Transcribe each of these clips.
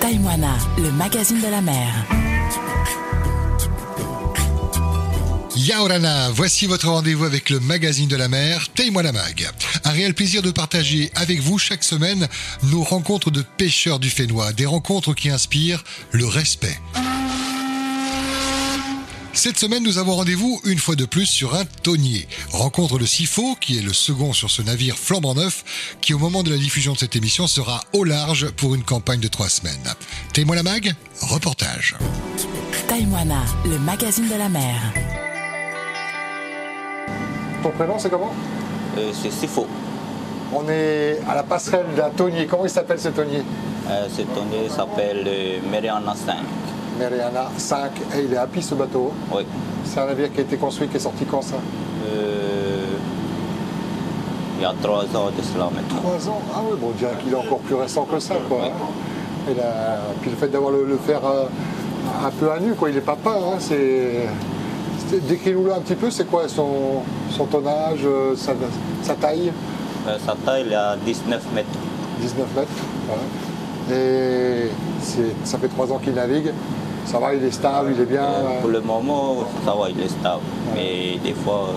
Taïmoana, le magazine de la mer. Yaorana, voici votre rendez-vous avec le magazine de la mer, Taille-moi la mag. Un réel plaisir de partager avec vous chaque semaine nos rencontres de pêcheurs du Fénois, des rencontres qui inspirent le respect. Cette semaine, nous avons rendez-vous une fois de plus sur un tonnier. Rencontre de Sifo, qui est le second sur ce navire flambant neuf, qui au moment de la diffusion de cette émission sera au large pour une campagne de trois semaines. Témoin la mag, reportage. Taïmoana, le magazine de la mer. Ton prénom, c'est comment Euh, c'est c'est faux. On est à la passerelle d'un tonnier. Comment il s'appelle ce tonnier Euh, ce tonnier s'appelle euh, Meriana 5. Meriana 5. Et il est à piste ce bateau. Oui. C'est un navire qui a été construit, qui est sorti quand ça Euh, il y a trois ans de cela maintenant. Trois ans Ah oui, bon, bien qu'il est encore plus récent que ça, quoi. hein. Et la- puis le fait d'avoir le, le fer euh, un peu à nu, quoi, il est pas peint, hein, c'est... c'est- Décris-nous-le un petit peu, c'est quoi son, son tonnage, euh, sa, sa taille Euh, sa taille il est à 19 mètres. 19 mètres. voilà. Et c'est- ça fait trois ans qu'il navigue. Ça va, il est stable, il est bien. Euh, euh, pour le moment, ça va, il est stable. Mais des fois,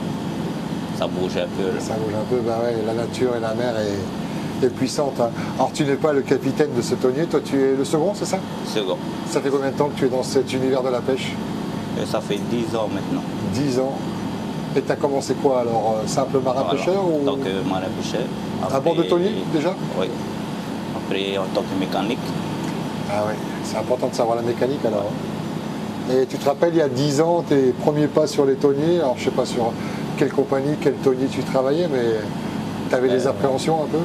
ça bouge un peu. là. Ça bouge un peu, bah ouais, la nature et la mer est, est puissante. hein. Alors tu n'es pas le capitaine de ce tonnier, toi tu es le second, c'est ça Second. Ça fait combien de temps que tu es dans cet univers de la pêche Euh, ça fait 10 ans maintenant. 10 ans. Et tu as commencé quoi alors euh, Simple marin Voilà, euh, pêcheur ou En tant que marin pêcheur. À bord de Après- tonnier, déjà Oui. Après, en tant que mécanique, Ah ouais, c'est important de savoir la mécanique alors. hein. Et tu te rappelles il y a 10 ans tes premiers pas sur les tonniers, alors je sais pas sur quelle compagnie, quel tonnier tu travaillais, mais tu avais des Euh, appréhensions un peu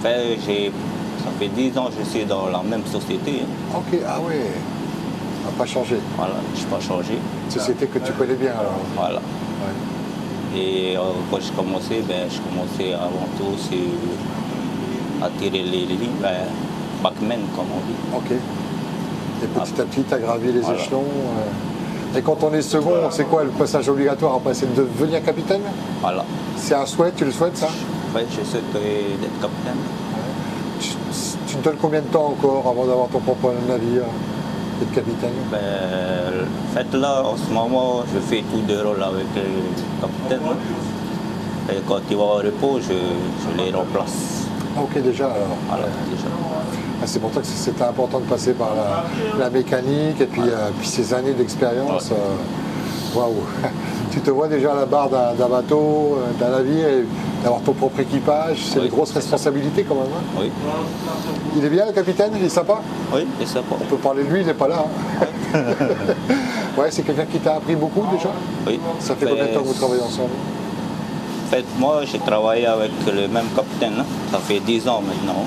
enfin, j'ai- ça fait 10 ans que je suis dans la même société. hein. Ok, ah ouais, ça n'a pas changé. Voilà, je n'ai pas changé. Société que tu connais bien alors. Voilà. Ouais. Et euh, quand je commençais, ben, je commençais avant tout sur- à tirer les lignes, ben, backman comme on dit. Ok. Et petit à petit, tu as gravi les Voilà. échelons. euh. Et quand on est second, c'est quoi le passage obligatoire après C'est de devenir capitaine Voilà. C'est un souhait, tu le souhaites ça Ouais, je souhaite euh, d'être capitaine. tu, tu te donnes combien de temps encore avant d'avoir ton propre navire et de capitaine Ben, en fait, là, en ce moment, je fais tout de rôle avec le capitaine. Et quand il va au repos, je, je les remplace. Ah, Ok déjà alors. Voilà, déjà. Ah, C'est pour ça que c'était important de passer par la, la mécanique et puis, euh, puis ces années d'expérience. euh, Ouais. Waouh Tu te vois déjà à la barre d'un d'un bateau, euh, d'un navire et d'avoir ton propre équipage, c'est Oui, une grosse c'est ça. responsabilité quand même. hein. Oui, Il est bien le capitaine, il est sympa. oui, c'est ça. On peut parler de lui, il n'est pas là. hein. ouais, c'est quelqu'un qui t'a appris beaucoup déjà. Oui. Ça fait combien de Ben, temps que vous travaillez ensemble En fait, moi, j'ai travaillé avec le même capitaine. hein. Ça fait 10 ans maintenant.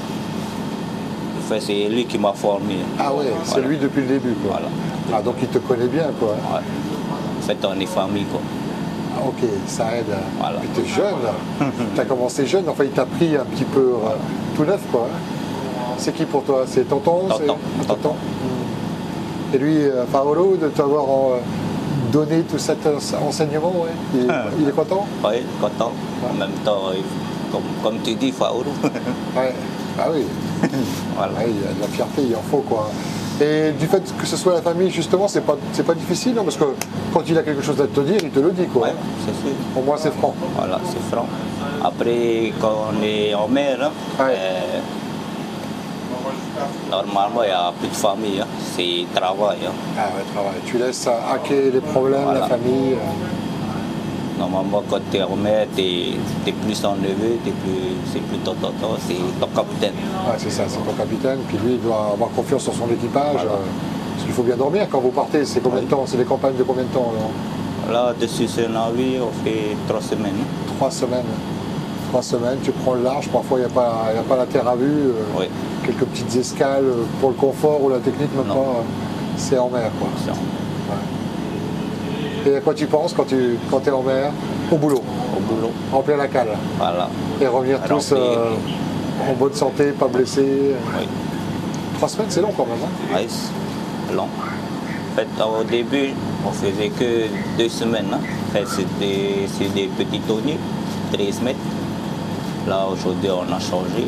Enfin, c'est lui qui m'a formé. Ah ouais, c'est Voilà. lui depuis le début quoi. Voilà. Ah donc il te connaît bien quoi. Ouais. En fait, on est famille, quoi. Ah, ok, ça aide. Voilà. Puis t'es jeune. t'as commencé jeune, enfin il t'a pris un petit peu euh, tout neuf quoi. C'est qui pour toi C'est Tonton c'est- Tonton, Ah, tonton. Et lui, euh, Paolo, de t'avoir euh, donné tout cet ense- enseignement, ouais. il, Ah. il est content Oui, content. En même temps, euh, comme, comme tu dis, Faourou. Ouais. Ah oui. voilà. Ouais, il y a de la fierté, il en faut quoi. Et du fait que ce soit la famille, justement, c'est pas, c'est pas difficile, hein, parce que quand il a quelque chose à te dire, il te le dit quoi. Ouais, c'est sûr. Pour moi, c'est franc. Voilà, c'est franc. Après, quand on est en mer, hein, Ouais. euh, normalement, il n'y a plus de famille. hein. C'est travail. hein. Ah ouais, travail. Tu laisses euh, hacker les problèmes, la Voilà. famille. euh. Normalement, quand tu es en mer, tu es, plus en neveu, t'es plus, c'est plus ton tonton, c'est ton capitaine. Ouais, c'est ça, c'est ton capitaine. Puis lui, il doit avoir confiance en son équipage. Voilà. euh, parce qu'il faut bien dormir quand vous partez. C'est combien de Oui. temps C'est des campagnes de combien de temps alors Là, dessus ce navire, on fait trois semaines. Trois semaines. Trois semaines, tu prends le large. Parfois, il n'y a, pas- il y a pas la terre à vue. euh, Oui. Quelques petites escales euh, pour le confort ou la technique, maintenant, Non. euh, c'est en mer. quoi. C'est en- Et à quoi tu penses quand tu quand es en mer Au boulot, Au boulot. remplir la cale Voilà. et revenir tous Remplir. euh, en bonne santé, pas blessés. Oui. Trois semaines, c'est long quand même. hein Ouais, c'est long. En fait, au début, on faisait que deux semaines. hein. En fait, c'était c'est des petits tonniers, 13 mètres. Là, aujourd'hui, on a changé.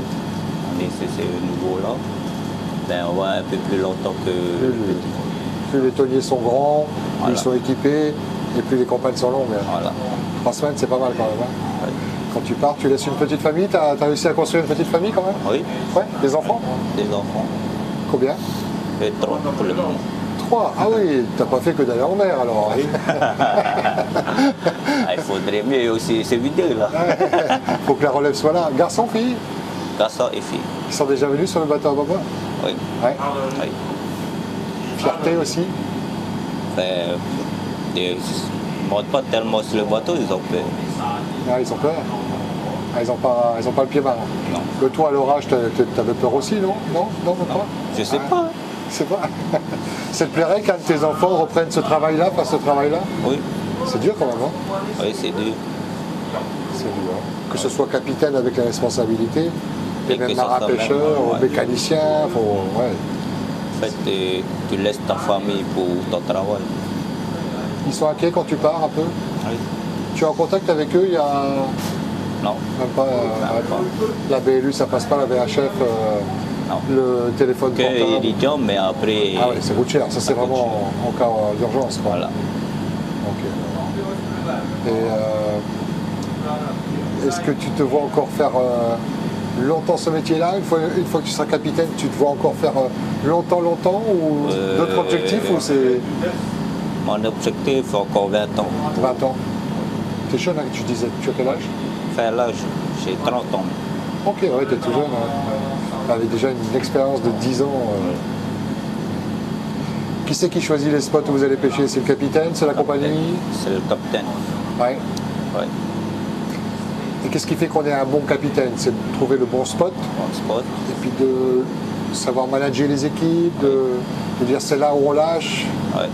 On est sur ce nouveau-là. Ben, on va un peu plus longtemps que Plus, le petit. plus les tauliers sont grands, plus Voilà. ils sont équipés, et plus les campagnes sont longues. Voilà. Trois semaines, c'est pas mal quand même. hein. Ouais. Quand tu pars, tu laisses une petite famille. T'as as réussi à construire une petite famille quand même Oui, Ouais, des enfants des enfants. Combien Et trois pour le moment. Trois. Ah oui, t'as pas fait que d'aller en mer alors. hein. Ah, il faudrait mieux aussi s'éviter là. Faut que la relève soit là. Garçon, fille Garçon et fille. Ils sont déjà venus sur le bateau à papa Oui. Ouais. oui. Fierté aussi Ben, ils ne montent pas tellement sur le bateau, ils ont peur. Ah, ils ont peur. Ah, ils n'ont pas, ils ont pas le pied mal. Non. Le toit à l'orage, t'a- t'a- t'avais peur aussi, non Non, non, non, pas Je sais Ah, pas. Je sais pas. Ça te plairait qu'un de tes enfants reprenne ce travail-là, fasse ce travail-là Oui, C'est dur quand même, hein oui c'est dur. C'est dur. Que ce soit capitaine avec la responsabilité, et Et que même ça marin soit même, pêcheur, ouais. mécanicien, faut... ouais. En fait, euh, tu laisses ta famille pour ton travail. Ils sont inquiets quand tu pars un peu Oui. Tu es en contact avec eux, il y a... Non, Même pas, euh, Même pas. La BLU, ça passe pas, la VHF, euh, non. le téléphone Que portable. l'idiome, mais après. Ah ouais, ça coûte cher, ça c'est Ça coûte vraiment en, en cas euh, d'urgence. quoi. Voilà. Donc, euh, et euh, est-ce que tu te vois encore faire euh, longtemps ce métier-là une fois, une fois que tu seras capitaine, tu te vois encore faire euh, longtemps, longtemps ou Euh, d'autres objectifs ou c'est Mon objectif, encore 20 ans. 20 ans T'es jeune, hein, tu disais, tu as quel âge Enfin, là, j- j'ai 30 ans. Ok, ouais, t'es tout jeune. hein. T'avais déjà une expérience de 10 ans. euh. Qui c'est qui choisit les spots où vous allez pêcher C'est le capitaine, c'est la compagnie C'est le capitaine. Ouais. Oui. Et qu'est-ce qui fait qu'on est un bon capitaine C'est de trouver le bon spot Bon spot. et puis de savoir manager les équipes, de, de dire c'est là où on lâche. Ouais.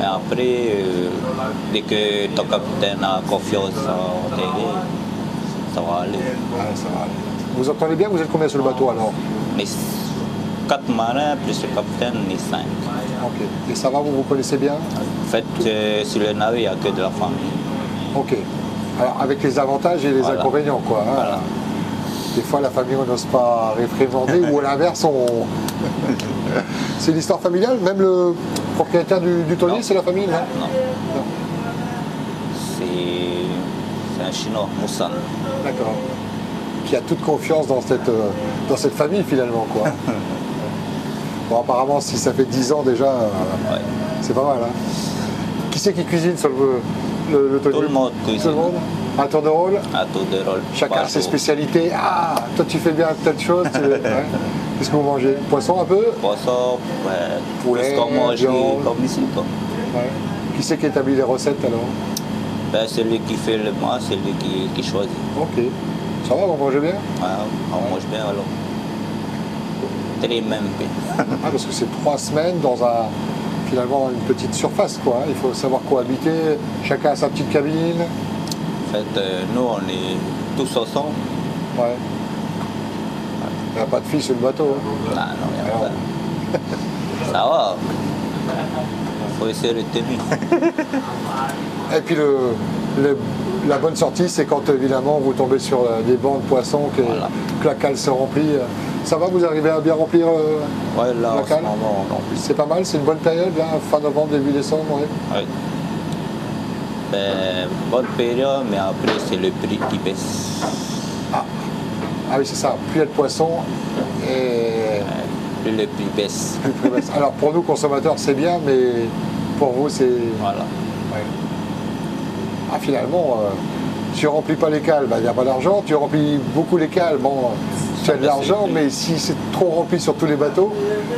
Et après, euh, dès que ton capitaine a confiance en télé, ça va aller. Vous entendez bien Vous êtes combien sur le bateau alors Mais 4 marins plus le capitaine, mais 5. Ok. Et ça va, vous vous connaissez bien En fait, euh, sur le navire, il n'y a que de la famille. Ok. Alors avec les avantages et les Voilà. inconvénients quoi. hein. Voilà. Des fois, la famille, on n'ose pas réprimander, ou à l'inverse, on. c'est l'histoire familiale, même le propriétaire du, du tonnier, Non. c'est la famille, hein. non Non. C'est c'est un chinois, Moussan. D'accord. Qui a toute confiance dans cette, euh, dans cette famille, finalement, quoi. bon, apparemment, si ça fait 10 ans déjà, euh, Ouais. c'est pas mal, hein. Qui c'est qui cuisine sur le, le, le tonnier Tout le monde Tout cuisine. le monde Un tour de rôle À tour de rôle. Chacun partout. ses spécialités. Ah, toi, tu fais bien telle chose. tu- ouais. Qu'est-ce que vous mangez Poisson un peu Poisson, ouais, Poulet, tout ce qu'on mange viande. comme ici. quoi. Ouais. Qui c'est qui établit les recettes alors Ben, celui qui fait le moins, c'est lui qui, qui choisit. Ok. Ça va, vous mangez bien Ouais, on mange bien alors. Très même. bien. Ah, Parce que c'est trois semaines dans un finalement une petite surface quoi. hein. Il faut savoir cohabiter, chacun a sa petite cabine. En fait, euh, nous, on est tous ensemble. Ouais. Il n'y a pas de fille sur le bateau. hein. Non, Ah, non, y a Alors. pas. Ça va. faut essayer de tenir. Et puis le, le- la bonne sortie, c'est quand évidemment vous tombez sur euh, des bancs de poissons, que, Voilà. que la cale se remplit. euh. Ça va, vous arrivez à bien remplir euh, Ouais, la là, en ce cale moment, on en plus. C'est pas mal, c'est une bonne période, là, fin novembre, début décembre. ouais. Ouais. Ben, bonne période, mais après, c'est le prix qui baisse. Ah oui, c'est ça, plus il y a de poissons et Euh, Plus le prix baisse. plus le prix baisse. Alors pour nous consommateurs, c'est bien, mais pour vous, c'est. Voilà. Ouais. Ah, finalement, euh, tu remplis pas les cales, il n'y a pas d'argent. Tu remplis beaucoup les cales, bon, tu as de Ça, l'argent, c'est- mais si c'est trop rempli sur tous les bateaux,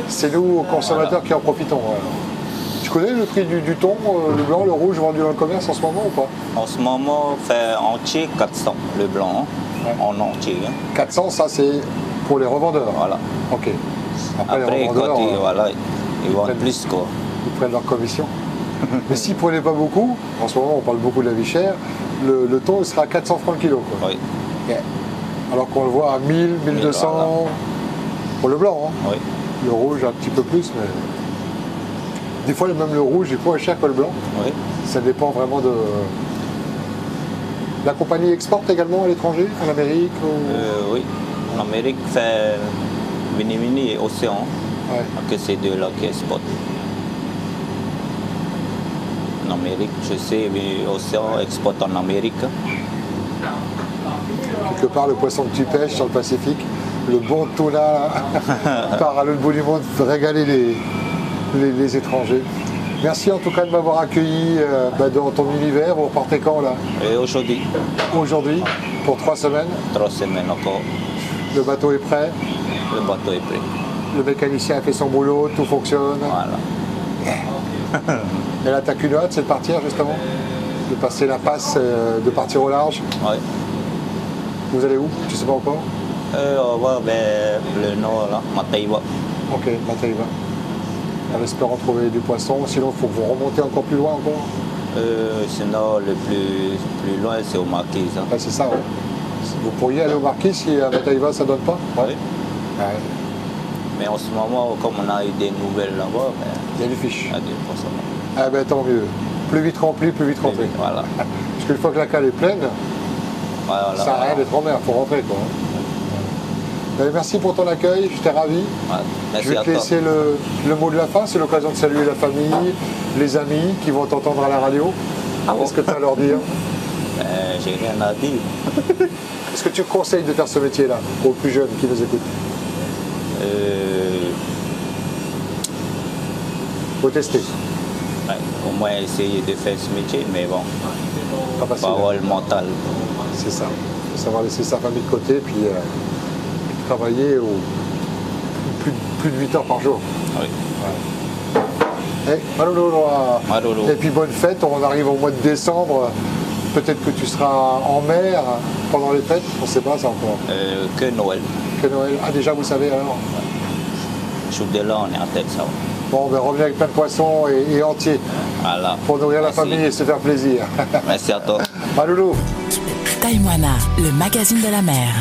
c'est nous, consommateurs, qui en profitons. ouais. Tu connais le prix du, du thon, euh, le blanc, le rouge vendu dans le commerce en ce moment ou pas En ce moment, fait entier 400, le blanc. hein. Ouais. En entier. hein. 400, ça c'est pour les revendeurs. Voilà. Ok. Après, les Après, revendeurs, quand ils, euh, voilà, ils vendent prennent- plus, quoi. ils prennent leur commission. mais s'ils prenaient pas beaucoup, en ce moment on parle beaucoup de la vie chère, le, le thon il sera à 400 francs le kilo. Quoi. Oui, Ouais. Alors qu'on le voit à 1000, 1200 pour le blanc. hein. oui. Le rouge un petit peu plus, mais des fois même le rouge est moins cher que le blanc. Oui. Ça dépend vraiment de. La compagnie exporte également à l'étranger, en Amérique ou- Euh, oui. En Amérique, fait, Vini Vini et Océan, Ouais. que ces deux-là qui exportent. En Amérique, je sais, mais Océan exporte en Amérique. Quelque part, le poisson que tu pêches sur le Pacifique, le bon tuna part à l'autre bout du monde régaler les, les, les étrangers. Merci en tout cas de m'avoir accueilli euh, bah, dans ton univers. Vous repartez quand là Et aujourd'hui, Aujourd'hui, pour trois semaines. trois semaines encore, Le bateau est prêt, le bateau est prêt. le mécanicien a fait son boulot, tout fonctionne. Voilà. Et là, t'as qu'une hâte, c'est de partir justement De passer la passe, euh, de partir au large. Ouais. Vous allez où Tu sais pas encore Et Euh, on va vers le nord, là, Mataïwa. Ok, bah t'as y vas. En espérant trouver du poisson, sinon il faut que vous remontez encore plus loin encore. Euh, sinon, le plus, plus loin, c'est au Marquis. hein. Ouais, c'est ça, ouais. Vous pourriez aller au marquis si euh, à Bataïva ça donne pas Oui. Ouais. Mais en ce moment, comme on a eu des nouvelles là-bas, ben, Il y a des fiches. il y a des poissons. Ah ben tant mieux. Plus vite rempli, plus vite rentré. Voilà. Parce qu'une fois que la cale est pleine, Voilà. ça sert à rien d'être en mer, faut rentrer quoi. Ben, merci pour ton accueil, j'étais ravi. Ouais. Je Merci vais à te toi. laisser le, le mot de la fin, c'est l'occasion de saluer la famille, les amis qui vont t'entendre à la radio. Ah bon Qu'est-ce que tu as à leur dire Euh, J'ai rien à dire. Est-ce que tu conseilles de faire ce métier-là aux plus jeunes qui nous écoutent Euh, Faut tester, ouais, au moins essayer de faire ce métier, mais bon, pas facile. hein. pas avoir le mental. C'est ça. Il faut savoir laisser sa famille de côté puis euh, travailler au- plus, plus de 8 heures par jour. Oui. Eh, malolola. Malolo. Et puis bonne fête, on arrive au mois de décembre. Peut-être que tu seras en mer pendant les fêtes, on ne sait pas ça encore. Euh, que Noël. Que Noël. Ah déjà vous savez alors. Je suis de là, on est en tête, ça. Bon ben revenez avec plein de poissons et, et entiers Voilà. pour nourrir la Merci. famille et se faire plaisir. Merci à toi. Maloulou Taïwana, le magazine de la mer.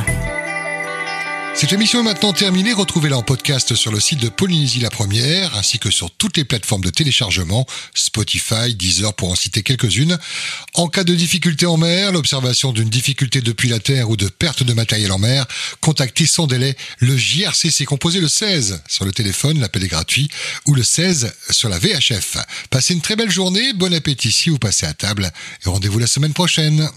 Cette émission est maintenant terminée. Retrouvez-la en podcast sur le site de Polynésie la Première, ainsi que sur toutes les plateformes de téléchargement, Spotify, Deezer pour en citer quelques-unes. En cas de difficulté en mer, l'observation d'une difficulté depuis la terre ou de perte de matériel en mer, contactez sans délai le JRCC composé le 16 sur le téléphone, l'appel est gratuit, ou le 16 sur la VHF. Passez une très belle journée, bon appétit si vous passez à table et rendez-vous la semaine prochaine.